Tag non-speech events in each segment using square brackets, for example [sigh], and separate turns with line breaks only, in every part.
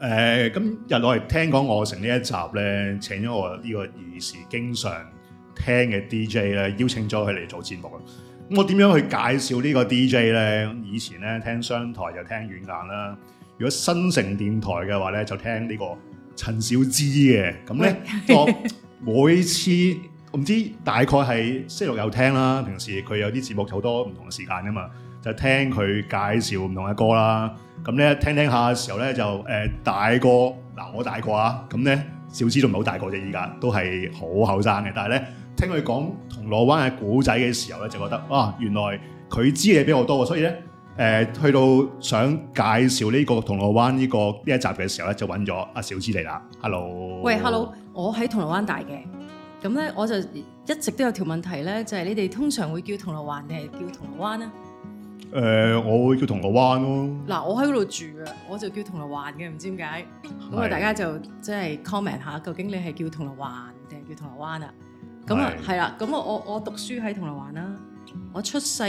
誒，今日我係聽講我城呢一集咧，請咗我呢個兒時經常聽嘅 DJ 咧，邀請咗佢嚟做節目啊。咁我點樣去介紹呢個 DJ 咧？以前咧聽商台就聽軟硬啦，如果新城電台嘅話咧，就聽呢個陳小芝嘅。咁咧，我每次我唔知大概係星期六有聽啦，平時佢有啲節目好多唔同嘅時間噶嘛，就聽佢介紹唔同嘅歌啦。咁咧聽聽下嘅時候咧就誒、呃大個嗱我大個啊，咁咧小芝仲唔係好大個啫，依家都係好後生嘅。但係咧聽佢講銅鑼灣嘅古仔嘅時候咧，就覺得啊原來佢知嘅嘢比我多喎，所以咧誒、呃去到想介紹呢個銅鑼灣呢、個呢一集嘅時候咧，就揾咗阿小芝嚟啦。Hello，
喂，hello，我喺銅鑼灣大嘅，咁咧我就一直都有條問題咧，就係、你哋通常會叫銅鑼灣定係叫銅鑼灣咧？
誒、呃我會叫銅鑼灣咯。
嗱，我喺嗰度住啊，我就叫銅鑼灣嘅，唔知點解。咁啊，
係
大家就即係 comment 下，究竟你係叫銅鑼灣定係叫銅鑼灣啊？咁啊，
係
係啦，咁我我我讀書喺銅鑼灣啦，我出世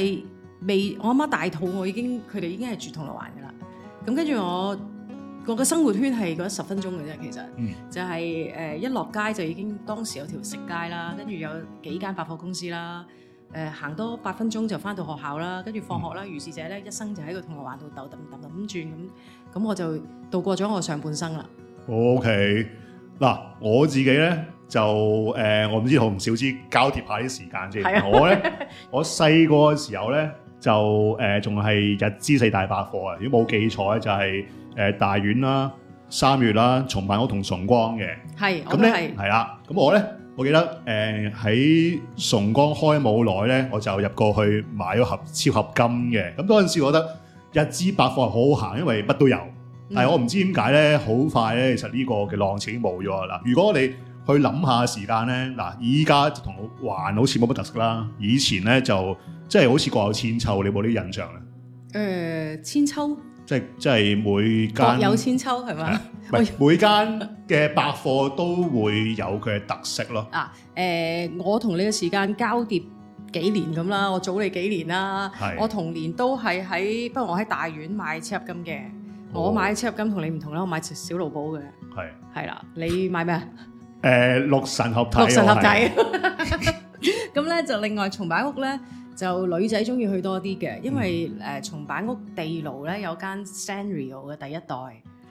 未，我阿媽大肚，我已經佢哋已經係住銅鑼灣噶啦。咁跟住我我嘅生活圈係嗰十分鐘嘅啫，其實、
嗯
就係、誒、一落街就已經當時有條食街啦，跟住有幾間百貨公司啦。誒行、多八分鐘就翻到學校啦，跟住放學啦，如是者咧一生就喺個銅鑼灣度鬥揼揼揼咁轉咁，咁我就度過咗我上半生啦。
O K，嗱我自己咧就誒、呃我唔知同小芝交疊下啲時間先。
係啊
我咧，我細個嘅時候咧就誒仲係日資四大百貨啊，如果冇記錯咧就係、呃大院啦、三月啦、松辦屋同崇光嘅。
係，我
咁
都
咧
係
係啦，咁我咧我記得誒喺、崇光開冇耐咧，我就入過去買咗盒超合金嘅。咁嗰陣時我覺得日資百貨係好好行，因為乜都有。但係我唔知點解咧，好快咧，其實呢個嘅浪潮已經冇咗啦。嗱，如果你去諗下時間咧，嗱，依家同還好似冇乜特色啦。以前咧就即係好似各有千秋，你冇呢啲印象咧？
誒、千秋
即係即係每
各
間
有千秋係嘛？
唔係每間嘅百貨都會有佢嘅特色咯。
啊誒、我同你嘅時間交疊幾年咁啦，我早你幾年啦。
係
我童年都係喺，不過我喺大院買赤金嘅。
哦
我買赤金同你唔同啦，我買小勞寶嘅，
係
係啦。你買
[laughs]
咩啊？
誒六神合體，
六神合
我係
體。 [laughs] 咁咧就另外松板屋咧，就女仔中意去多啲嘅，因為
嗯
誒松板屋地牢咧有間 Sanrio 嘅第一代，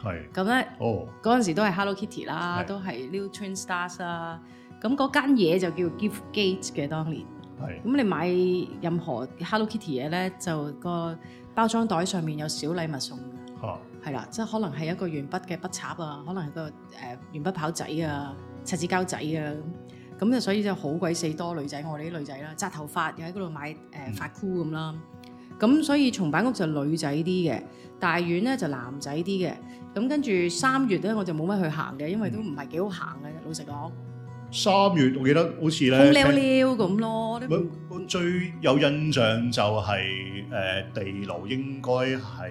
係
咁咧
哦
嗰陣時都係 Hello Kitty 啦，
係
都係 New Twin Stars 啦，咁嗰間嘢就叫 Gift Gate 嘅當年。
係
咁你買任何 Hello Kitty 嘢咧，就個包裝袋上面有小禮物送嘅。
嚇
係啦，即係可能係一個鉛筆嘅筆插啊，可能係個誒、鉛筆跑仔啊、擦紙膠仔啊咁，咁就所以就好鬼死多女仔，我哋啲女仔啦，紮頭髮又喺嗰度買誒、髮箍咁啦，咁所以松板屋就女仔啲嘅，大院咧就男仔啲嘅，咁跟住三月咧我就冇乜去行嘅，因為都唔係幾好行嘅，老實講，
三月我記得好似咧
空溜溜咁咯，你唔
我嗯我最有印象就係、誒地牢應該係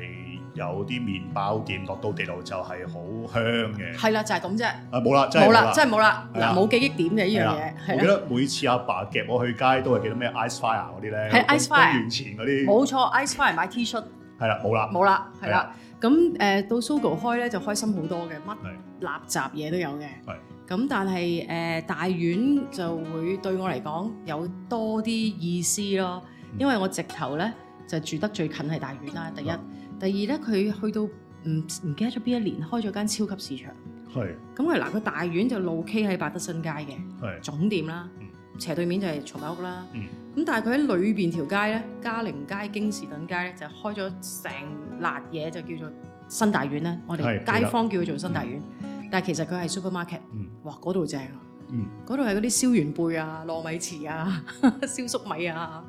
有啲麵包店落到地牢就係好香嘅。
係啦就係咁啫，
啊冇啦，真係
冇
冇
啦
啦，
真係冇啦，
係啦
嗱冇記憶點嘅呢樣嘢，
我
係
記
啦，
得每次阿爸夾我去街都係記得咩 Ice Fire 啊嗰啲咧，
係 Ice
公
Fire
公園前嗰啲，
冇錯，Ice Fire 買 T 恤。
係啦冇啦，
冇啦，係
啊係啦
啦。咁誒、呃到 Sogo 開咧就開心好多嘅，乜
係
垃圾嘢都有嘅
係。
咁但係誒、呃大院就會對我嚟講有多啲意思咯，
嗯
因為我直頭咧就住得最近係大院啦。第
啊
一，第二咧佢去到唔唔記得咗邊一年開咗間超級市場。
係
咁佢嗱佢大院就路 K 喺百德新街嘅
係
總店啦，
嗯
斜對面就係松柏屋啦。
嗯
咁但係佢喺裏邊條街咧，嘉寧街、京士頓街咧，就開咗成辣嘢，就叫做新大院啦。我哋
係記得
街坊叫佢做新大院，但係其實佢係 supermarket。
嗯
哇，嗰度正啊！
嗯
嗰度係嗰啲燒元貝啊、糯米糍啊、 [laughs] 燒粟米啊，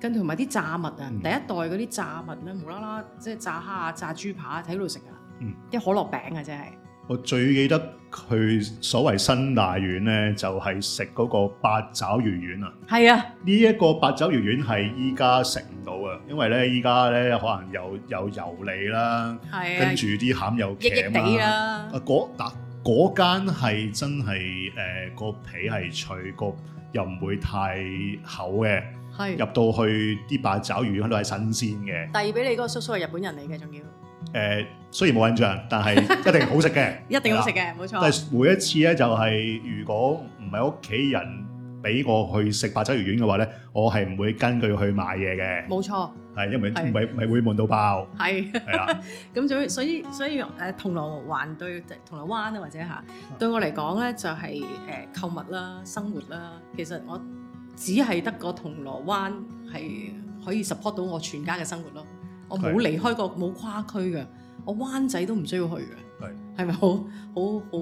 跟同埋啲炸物啊，
嗯
第一代嗰啲炸物咧，無啦啦即係炸蝦啊、炸豬扒啊，喺度食啊
嗯，
啲可樂餅啊，真係。
我最記得去所謂新大院咧，就係食嗰個八爪魚丸啊！
係啊，
呢一個八爪魚丸係依家食唔到嘅，因為咧依家咧可能有有油膩啦，
係啊
跟，住啲餡有
益益
鉗
地
啦。
啦
啊，嗰嗱嗰間係真係誒個皮係脆，個又唔會太厚嘅，入
係。
到去啲八爪魚喺度係新鮮嘅。
遞俾你嗰個叔叔係日本人嚟嘅，仲要，
誒雖然冇印象，但係一定好食嘅
一定好食。嘅，冇錯
但。係每一次咧，就係如果唔係屋企人俾我去食白酒魚丸嘅話咧，我係唔會跟佢去買嘢嘅，
冇錯，
係因為唔
係
係唔係會悶到
[laughs]
爆，
係
係啦，
咁所以所以所以誒、銅鑼灣對銅鑼灣啊或者嚇對我嚟講咧就係、誒、購物啦、生活啦，其實我只係得個銅鑼灣係可以 support 到我全家嘅生活咯，我冇
係
離開過冇跨區嘅，我灣仔都唔需要去嘅
係，
係咪好好好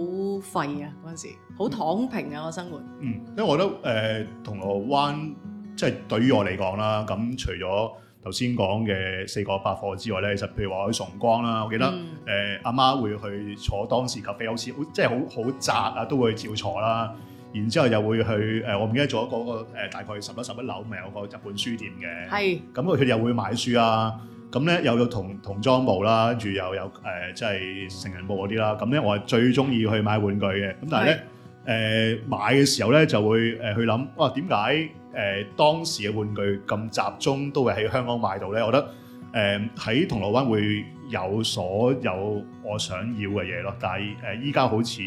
廢啊嗰陣時，好躺平啊我生活，
嗯，因為我覺得誒、呃銅鑼灣即係對於我嚟講啦，咁除咗頭先講嘅四個百貨之外咧，其實譬如話我去崇光啦，我記得。
嗯
誒阿媽會去坐當時咖啡，好似好即係好好窄啊，都會照坐啦。然之後又會去誒、呃我唔記得咗嗰個、誒大概十一十一樓咪有個日本書店嘅，
係
咁佢哋又會買書啊。咁咧又有童童裝部啦，跟住又有誒、呃即係成人部嗰啲啦。咁咧我係最中意去買玩具嘅。咁但係咧誒買嘅時候咧就會誒、去諗，哇點解誒當時嘅玩具咁集中都會喺香港買到咧？我覺得。誒喺銅鑼灣會有所有我想要嘅嘢咯，但係誒依家好似誒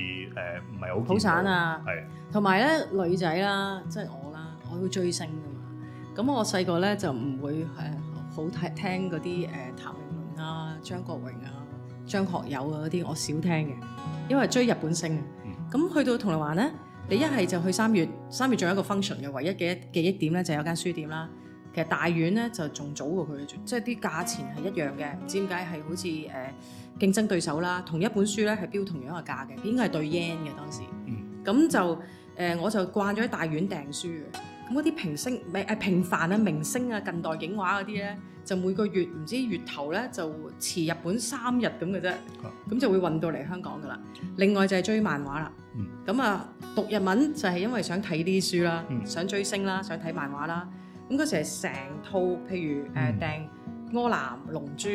唔係好見到
好散，啊，
係
同埋咧女仔啦，即係我啦，我會追星噶嘛。咁我細個咧就唔會誒、好睇聽嗰啲誒譚詠麟啊、張國榮啊、張學友啊嗰啲，我少聽嘅，因為追日本星啊
嗯。
咁、去到銅鑼灣咧，你一係就去三月，三月仲有一個 function 嘅，唯一嘅一記憶點咧就有間書店啦。其實大院咧就仲早過佢，即係啲價錢係一樣嘅，唔知點解係好似誒、競爭對手啦，同一本書咧係標同樣嘅價嘅，應該係對 yen 嘅當時。咁就誒、呃我就慣咗喺大院訂書嘅。咁嗰啲平星咪誒平凡啊、明星啊、近代景畫嗰啲咧，就每個月唔知月頭咧就遲日本三日咁嘅啫，
啊
咁就會運到嚟香港噶啦。另外就係追漫畫啦
嗯，
咁啊、讀日文就係因為想睇呢啲書啦，
嗯
想追星啦，想睇漫畫啦。咁嗰時係成套，譬如誒、呃
嗯
訂柯南、龍珠，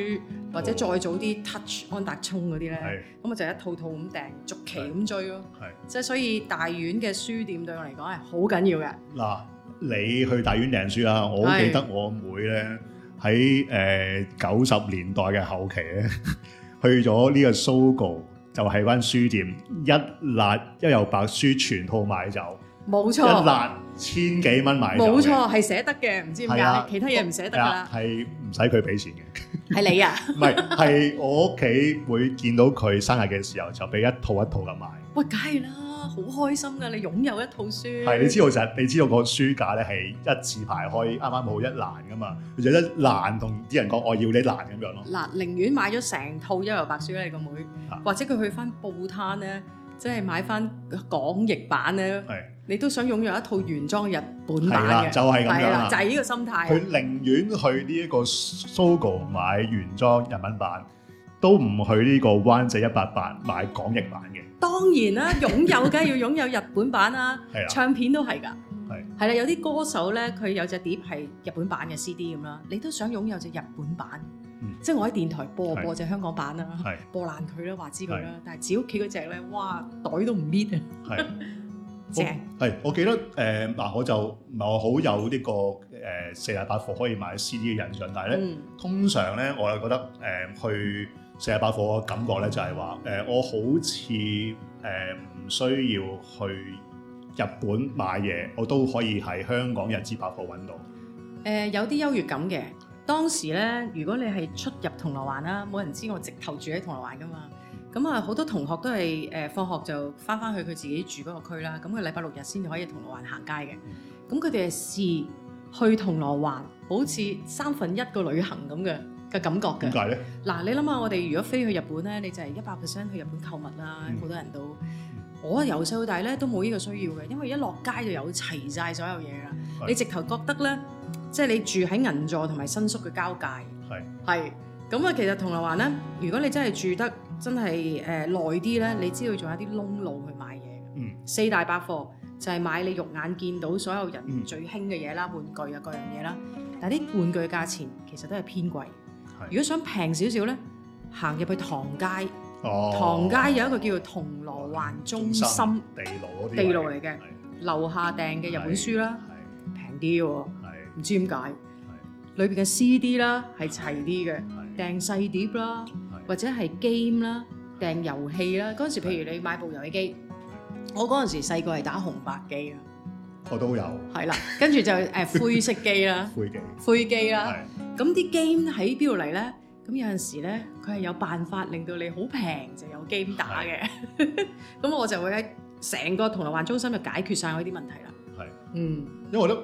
或者
哦
再早啲 Touch 安達充嗰啲咧。
係
咁我就一套套咁訂，逐期咁追咯。
係
即係所以大院嘅書店對我嚟講係好緊要嘅。
嗱，你去大院訂書啦，我好記得我妹咧喺呃誒九十年代嘅後期咧， [laughs] 去咗呢個 Sogo 就係間書店，一辣一油白書全套買走，
冇
一
錯，
辣千幾蚊買走嘅
哦
啊
冇，錯，係捨得嘅，唔知點
係啊
解，其他嘢唔捨得㗎
係啊
啦，
係唔使佢俾錢嘅。
係你啊，
唔係，係我屋企會見到佢生日嘅時候就俾一套一套咁買。
喂，梗係啦，好開心㗎，你擁有一套書，
係你知道就係你知道個書架咧係一字排開，啱啱好一欄噶嘛。佢就一欄同啲人講我要呢欄咁樣咯。
嗱，寧願買咗成套《幽遊白書》你個妹
啊，
或者佢去翻報攤咧，即係買翻港譯版咧
係，
你都想擁有一套原裝日本
係啦，
版
就
嘅，
係咁樣
係啦，
啦
就。係呢個心態
佢。寧願去呢一個 Sogo 買原裝日文版，都唔去呢個灣仔一八八買港譯版嘅。
當然啦，擁有梗係要擁有日本版啦。
係啦，
唱片都係㗎，
啊係
係啦，有啲歌手咧，佢有隻碟係日本版嘅 CD 咁啦，你都想擁有隻日本版，
嗯
即係我喺電台播
係
播隻香港版啦，
係
播爛佢啦，話知佢啦，但係自己屋企嗰只咧，哇，袋都唔搣啊，
係。
正，
係，我記得誒嗱、我就唔係我好有呢、個誒、四大百貨可以買 CD 嘅印象，但係咧。
嗯，
通常咧，我又覺得誒、去四十八貨嘅感覺咧，就係話誒我好似誒唔需要去日本買嘢，我都可以喺香港日資百貨揾到。
誒、呃有啲優越感嘅。當時咧，如果你係出入銅鑼灣啦，冇人知我直頭住喺銅鑼灣噶嘛。咁啊，好多同學都係誒、呃放學就翻翻去佢自己住嗰個區啦。咁佢禮拜六日先至可以銅鑼灣行街嘅。咁佢哋係試去銅鑼灣，好似三分一個旅行咁嘅嘅感覺
點
嘅。
解咧？
嗱，你諗下，我哋如果飛去日本咧，你就係一百 percent 去日本購物啦，好、
嗯
多人都。我由細到大咧都冇呢個需要嘅，因為一落街就有齊晒所有嘢啦。
係
你直頭覺得咧，即係你住喺銀座同埋新宿嘅交界，
係
係咁啊。其實銅鑼灣咧，如果你真係住得真係誒耐啲咧，你知道仲有啲窿路去買嘢嘅。
嗯
四大百貨就係買你肉眼見到所有人
嗯
最興嘅嘢啦，玩具啊各樣嘢啦。但係啲玩具價錢其實都係偏貴。如果想平少少咧，行入去唐街，
哦
唐街有一個叫做銅鑼灣中心
地牢嗰啲位
地牢嚟嘅
係，
樓下訂嘅日本書啦，
係
平啲嘅喎，
係
唔知點解。裏邊嘅 CD 啦係齊啲嘅，
係
訂細碟啦，
係
或者係 game 啦、訂遊戲啦。嗰陣時，譬如你買部遊戲機，我嗰陣時細個係打紅白機
[laughs]
啊，
我都有
係啦，跟住就誒灰色機啦、
灰機，
灰機啦。
係
咁啲 game 喺邊度嚟咧？咁有陣時咧，佢係有辦法令到你好平就有 game 打嘅。 [laughs] 咁我就會喺成個銅鑼灣中心就解決晒我呢啲問題啦。
係。
嗯。
因為我覺得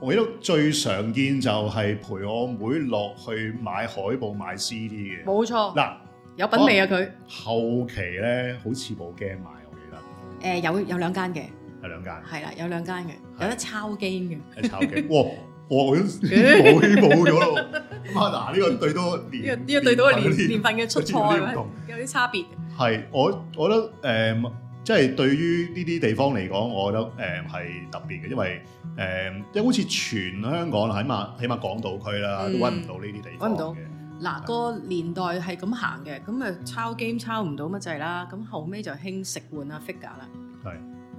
我記得最常見就係陪我妹落去買海報買 CD 嘅。
冇錯，
嗱，
有品味啊佢。誒、
後期咧好似冇 game 買，我記得
有有兩間嘅，
係兩間
係啦，有兩間嘅，
係
有得抄 game 嘅。
係炒嘅。哇！我冇冇咗咯。啊嗱，呢個對到
呢個
年
呢個對到個年
年
年份嘅出
有啲
錯
唔
係咪
同
有啲差別？
係我我覺得誒，即係對於呢啲地方嚟講，我覺得誒係特別嘅，因為誒即係好似全香港啦，起碼起碼港島區啦，都揾唔到呢啲地方
嗯搵唔到
嘅。
嗱個年代係咁行嘅，咁咪抄 game 抄唔到乜滯啦，咁後尾就興食換啊 figure 啦，
係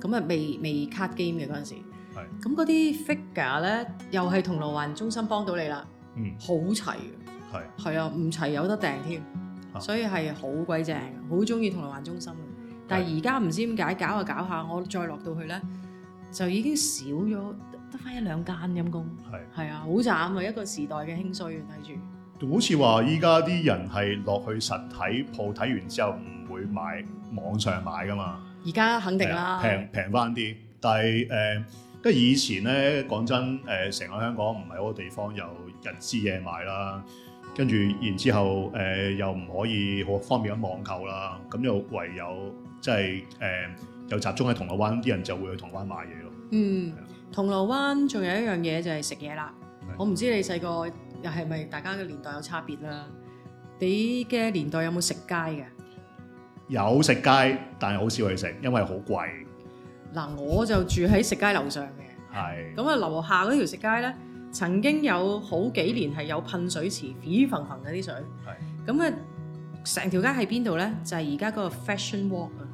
咁啊未未 cut game 嘅嗰陣時，
係
咁嗰啲 figure 咧又係銅鑼灣中心幫到你啦，
嗯
好齊嘅，
係。
係啊，唔齊有得訂添
啊，
所以係好鬼正，好中意銅鑼灣中心嘅。但係而家唔知點解搞下搞下，我再落到去咧就已經少咗，得得翻一兩間陰公，
係。
係啊，好慘啊！一個時代嘅興衰啊，睇住。
仲好似話依家啲人係落去實體鋪睇完之後唔會買網上買噶嘛，
而家肯定啦，
啊平平翻啲。但係誒，呃因為以前咧講真誒，成、個香港唔係好多地方有人知嘢買啦，跟住然之後誒、呃又唔可以好方便咁網購啦，咁就唯有即係誒又集中喺銅鑼灣，啲人就會去銅鑼灣買嘢咯。
嗯，銅鑼灣仲有一樣嘢就係食嘢啦
係。
我唔知你細個又係咪大家嘅年代有差別啦？你嘅年代有冇食街嘅？
有食街，但係好少去食，因為好貴。
嗱，我就住喺食街樓上嘅。
係
咁啊，樓下嗰條食街咧，曾經有好幾年係有噴水池，飛騰騰嗰啲水。
係
咁啊，成條街喺邊度咧？就係而家嗰個 Fashion Walk 啊。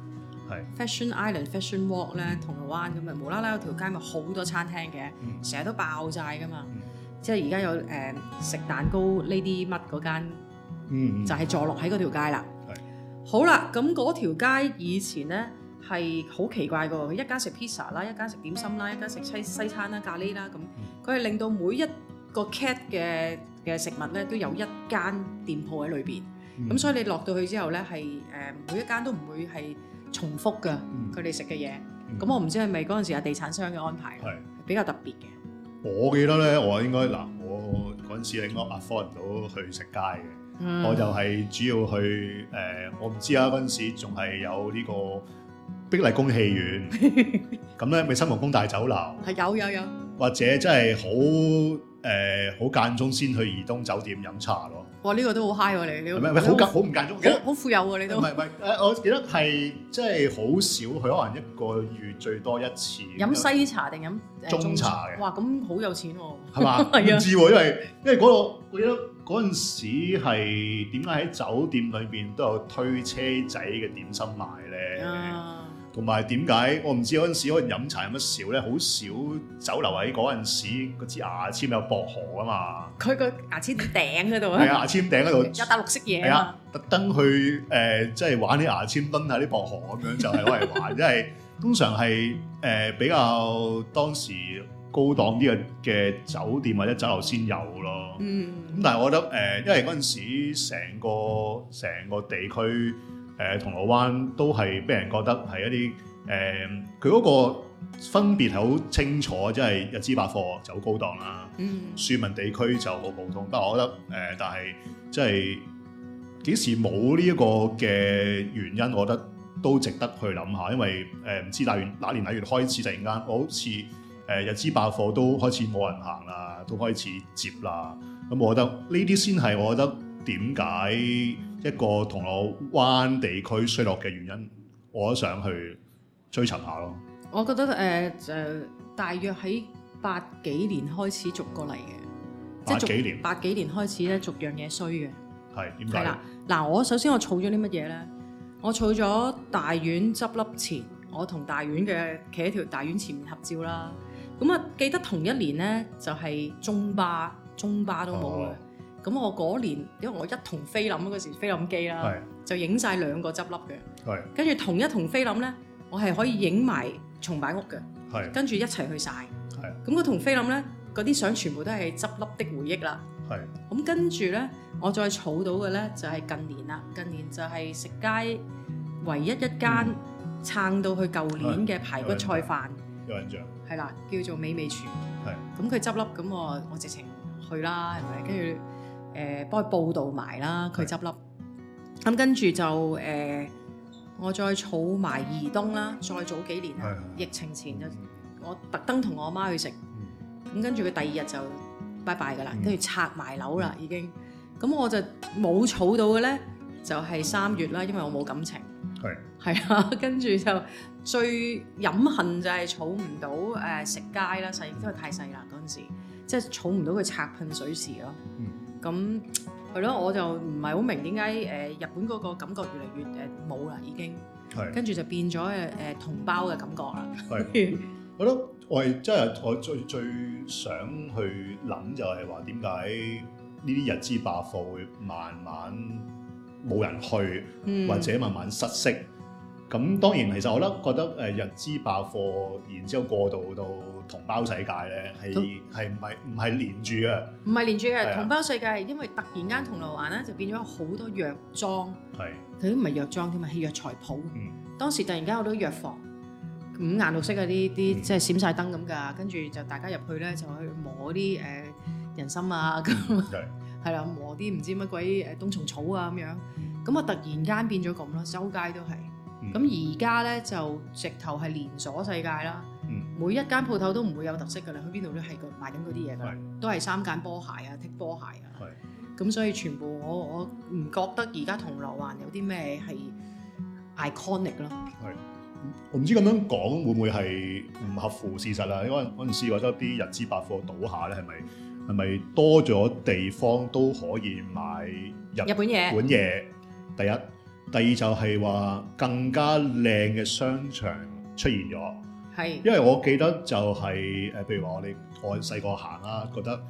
係
Fashion Island、Fashion Walk 咧，銅鑼灣咁啊，無啦啦有條街咪好多餐廳
嗯
嘅，成日都爆晒噶嘛
嗯。
即係而家有誒食蛋糕呢啲乜嗰間，
嗯嗯
就係坐落喺嗰條街啦。好啦，咁嗰條街以前咧係好奇怪嘅喎，一間食 pizza 啦，一間食點心啦，一間食西西餐啦、咖喱啦，
嗯
咁佢係令到每一個 cat 嘅嘅食物咧都有一間店鋪喺裏邊。
嗯
咁所以你落到去之後咧，係誒、每一間都唔會係重複嘅
嗯
佢哋食嘅嘢。
嗯
咁、我唔知係咪嗰陣時有地產商嘅安排，啊
係。
比較特別嘅。
我記得咧，我應該嗱，我嗰陣時應該 afford 唔到去食街嘅，
嗯
我就係主要去誒、我唔知啊，嗰陣時仲係有呢個碧麗宮戲
[laughs]
院，咁咧咪新皇宮大酒樓，
係有有有，
或者真係好誒好間中先去怡東酒店飲茶咯，
哇！呢、個都好 high 喎、你你
係咪？唔係好間好唔間中，記得
好好富有喎、你
唔
都
係唔係誒，我記得係即係好少去，可能一個月最多一次
飲西茶定飲誒
中茶嘅
哇！咁好有錢喎、
係嘛？唔
[laughs] 係啊
知喎，因為因為嗰度我記得嗰陣時係點解喺酒店裏邊都有推車仔嘅點心賣咧？
啊！
同埋點解我唔知嗰陣時可能飲茶飲得少咧？好少酒樓喺嗰陣時嗰支牙籤有薄荷啊嘛，
佢個牙齒頂嗰度
係
啊，
牙籤頂嗰
[laughs] 有
度
笪綠色嘢
係
啊嘛
啊，特登去誒、呃即係玩啲牙籤抡下啲薄荷咁樣，就係攞嚟玩，即係通常係誒、呃比較當時高檔啲嘅嘅酒店或者酒樓先有咯。咁
嗯，
但係我覺得誒、呃因為嗰陣時成個成個地區誒、呃、銅鑼灣都係俾人覺得係一啲誒佢嗰個分別係好清楚，即係日資百貨就好高檔啦，
嗯，
庶民地區就好普通。不過我覺得誒、呃但係即係幾時冇呢一個嘅原因，我覺得都值得去諗下，因為誒唔、知哪年哪年哪月開始突然間，我好似誒、呃日資百貨都開始冇人行啦，都開始接啦。咁我覺得呢啲先係我覺得點解一個銅鑼灣地區衰落嘅原因，我都想去追尋下咯。
我覺得誒誒、大約喺八幾年開始逐個嚟嘅，
八
逐
幾年
八幾年開始咧，逐樣嘢衰嘅。
係點
係
解？
啦，嗱，我首先我儲咗啲乜嘢咧？我儲咗大院執笠前，我同大院嘅企喺條大院前面合照啦。咁啊，記得同一年咧就係、中巴，中巴都冇嘅
哦。
咁我嗰年因為我一同菲林嗰時菲林機啦，就影晒兩個執笠嘅，
係
跟住同一同菲林咧，我係可以影埋重擺屋嘅，
係
跟住一齊去晒。
係
咁嗰同菲林咧，嗰啲相全部都係執笠的回憶啦。
係
咁跟住咧，我再儲到嘅咧就係、近年啦，近年就係食街唯一一
嗯
間撐到去舊年嘅排骨菜飯，
有印象，
係啦，叫做美味廚。
係
咁佢執笠，咁我我直情去啦，係咪？跟住誒呃幫佢報道埋啦，佢執笠。咁跟住就誒、呃我再儲埋怡東啦，再早幾年啦，
係
疫情前就我特登同我媽去食，咁跟住佢第二日就拜拜噶啦
嗯，
跟住拆埋樓啦已經。咁我就冇儲到嘅咧，就係、三月啦，因為我冇感情。
係
係啊， [laughs] 跟住就最飲恨就係儲唔到誒、呃食街啦，細
嗯
因為太細啦嗰陣時，即係儲唔到佢拆噴水池咯。
嗯
咁係咯，我就唔係好明點解誒日本嗰個感覺越嚟越誒冇啦，已經
係。
跟住就變咗誒誒同胞嘅感覺啦。
係，我覺得我係真係我最最想去諗就係話點解呢啲日資百貨會慢慢冇人去，
[laughs] 嗯，
或者慢慢失色。咁當然，其實我覺得覺得誒日資百貨，然之後過渡到同胞世界咧，係係唔係唔係連住嘅？
唔係連住
係
嘅
啊
同胞世界，係因為突然間銅鑼灣咧就變咗好多藥妝。
係
佢都唔係藥妝添啊，係藥材鋪。
嗯
當時突然間好多藥房，五顏六色嘅啲啲
嗯
即係閃晒燈咁㗎，跟住就大家入去咧就去摸啲誒、呃人參啊，咁
嗯係
係啦，摸啲唔知乜鬼誒冬蟲草啊咁樣。咁啊突然間變咗咁咯，周街都係。
嗯
咁而家咧就直頭係連鎖世界啦，
嗯
每一間鋪頭都唔會有特色㗎啦，去邊度都係個賣緊嗰啲嘢㗎啦，都係三間波鞋啊、踢波鞋啊。
係
咁所以全部我我唔覺得而家銅鑼灣有啲咩係 iconic 咯。
我唔知咁樣講會唔會係唔合乎事實啊啦？因為嗰陣時覺得啲日資百貨倒下咧，係咪係咪多咗地方都可以買
日
日
本嘢
本嘢？第一，第二就係話更加靚嘅商場出現咗。
係
因為我記得就係、誒，譬如話我哋我細個行啦，覺得誒、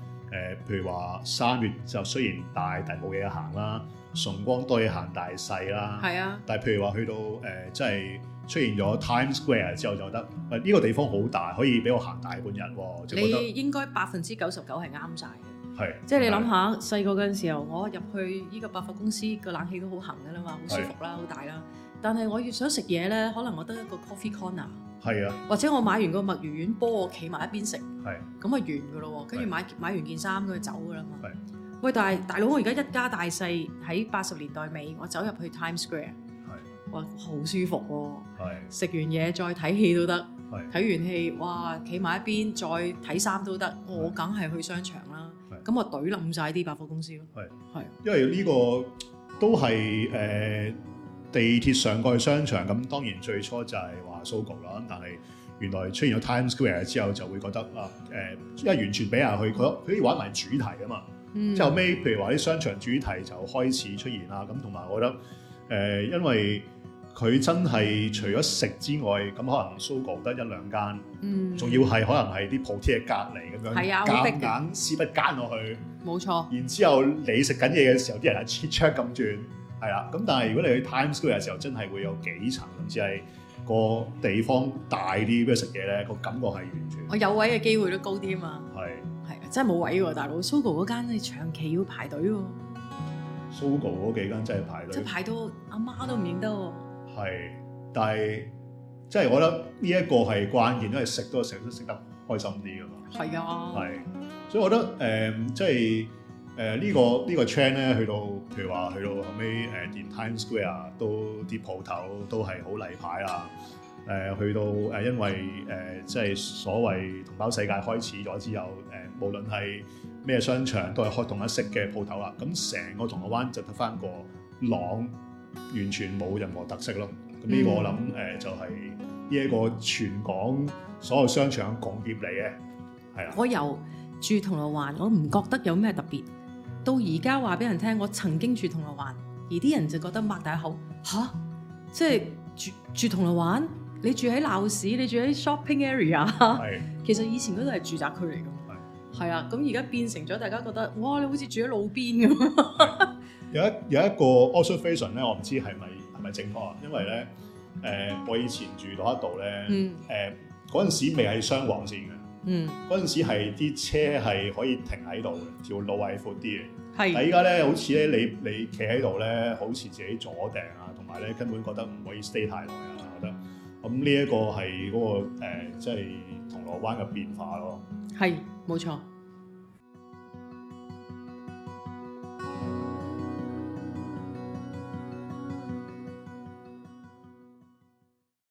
譬如話三月就雖然大，但係冇嘢行啦；崇光多嘢行大細啦。
係啊，
但係譬如話去到誒、呃即係出現咗 Times Square 之後，就覺得喂呢、個地方好大，可以俾我行大半日喎，就覺得
你應該百分之九十九係啱晒嘅。
係。
即係你諗下細個嗰陣時候，我入去呢個百貨公司個冷氣都好行㗎啦嘛，好舒服啦，好大啦。但係我要想食嘢咧，可能我得一個 coffee corner，
係啊，
或者我買完個墨魚丸煲，我企埋一邊食，咁
係
啊完㗎咯喎。跟住
係
買買完件衫，佢就走㗎啦嘛
係。
喂，但係大佬，我而家一家大細喺八十年代尾，我走入去 Times Square。哇，好舒服喎、
係
食完嘢再睇戲都得，
係
睇完戲哇，企埋一邊再睇衫都得。我梗係去商場啦
係，
咁我懟冧晒啲百貨公司咯。
係
係
因為呢個都係誒、呃地鐵上過去商場，咁當然最初就係話 Sogo 啦，咁但係原來出現咗 Times Square 之後，就會覺得啊誒、呃因為完全俾人去佢佢可以玩埋主題啊嘛。
嗯
之後尾，譬如話啲商場主題就開始出現啦。咁同埋我覺得誒、呃因為佢真係除咗食之外，咁可能 Sogo 得一兩間，
嗯
仲要係可能係啲鋪貼嘅隔離咁樣，
係啊好逼
夾
嘅
硬屎不奸落去。
冇錯，
然之後你食緊嘢嘅時候，啲人係 check check 咁轉，係啦。咁但係如果你去 Times Square 嘅時候，真係會有幾層，甚至係個地方大啲，俾佢食嘢咧，個感覺係完全
我有位嘅機會都高啲啊嘛。
係
係啊真係冇位喎，大佬。Sogo 嗰間你長期要排隊喎，
Sogo 嗰幾間真係排
即
隊
係，排到阿媽都唔認得喎。
係，但係即係我覺得呢一個係關鍵，因為食都食都食得開心啲㗎嘛。
係啊，
係，所以我覺得誒、即係誒呢個呢、個 trend 咧，去到譬如話去到後尾誒、連 Times Square 都啲鋪頭都係好例牌啦。誒、去到誒、因為誒、即係所謂同胞世界開始咗之後，誒、無論係咩商場都係開同一式嘅鋪頭啦。咁成個銅鑼灣就得翻個朗，完全冇任何特色咯。咁呢個我諗誒、就係呢一個全港所有商場嘅共業嚟嘅，係啦。
我由住銅鑼灣，我唔覺得有咩特別。到而家話俾人聽，我曾經住銅鑼灣，而啲人就覺得擘大口吓，即係住住銅鑼灣，你住喺鬧市，你住喺 shopping area，
係
其實以前嗰度係住宅區嚟㗎嘛。係啦，咁而家變成咗大家覺得，哇！你好似住喺路邊咁。
有一有一個 observation 咧，我唔知係咪係咪正確啊，因為咧誒、我以前住嗰一度咧
嗯
誒嗰陣時未係雙黃線嘅，
嗯，
嗰陣時係啲車係可以停喺度嘅，條路係闊啲嘅。但係
嗯係
依家咧好似咧你你企喺度咧，好似自己阻定啊，同埋咧根本覺得唔可以 stay 太耐啊，我覺得。咁呃呢一個係嗰、個、誒即係銅鑼灣嘅變化咯。
係冇錯。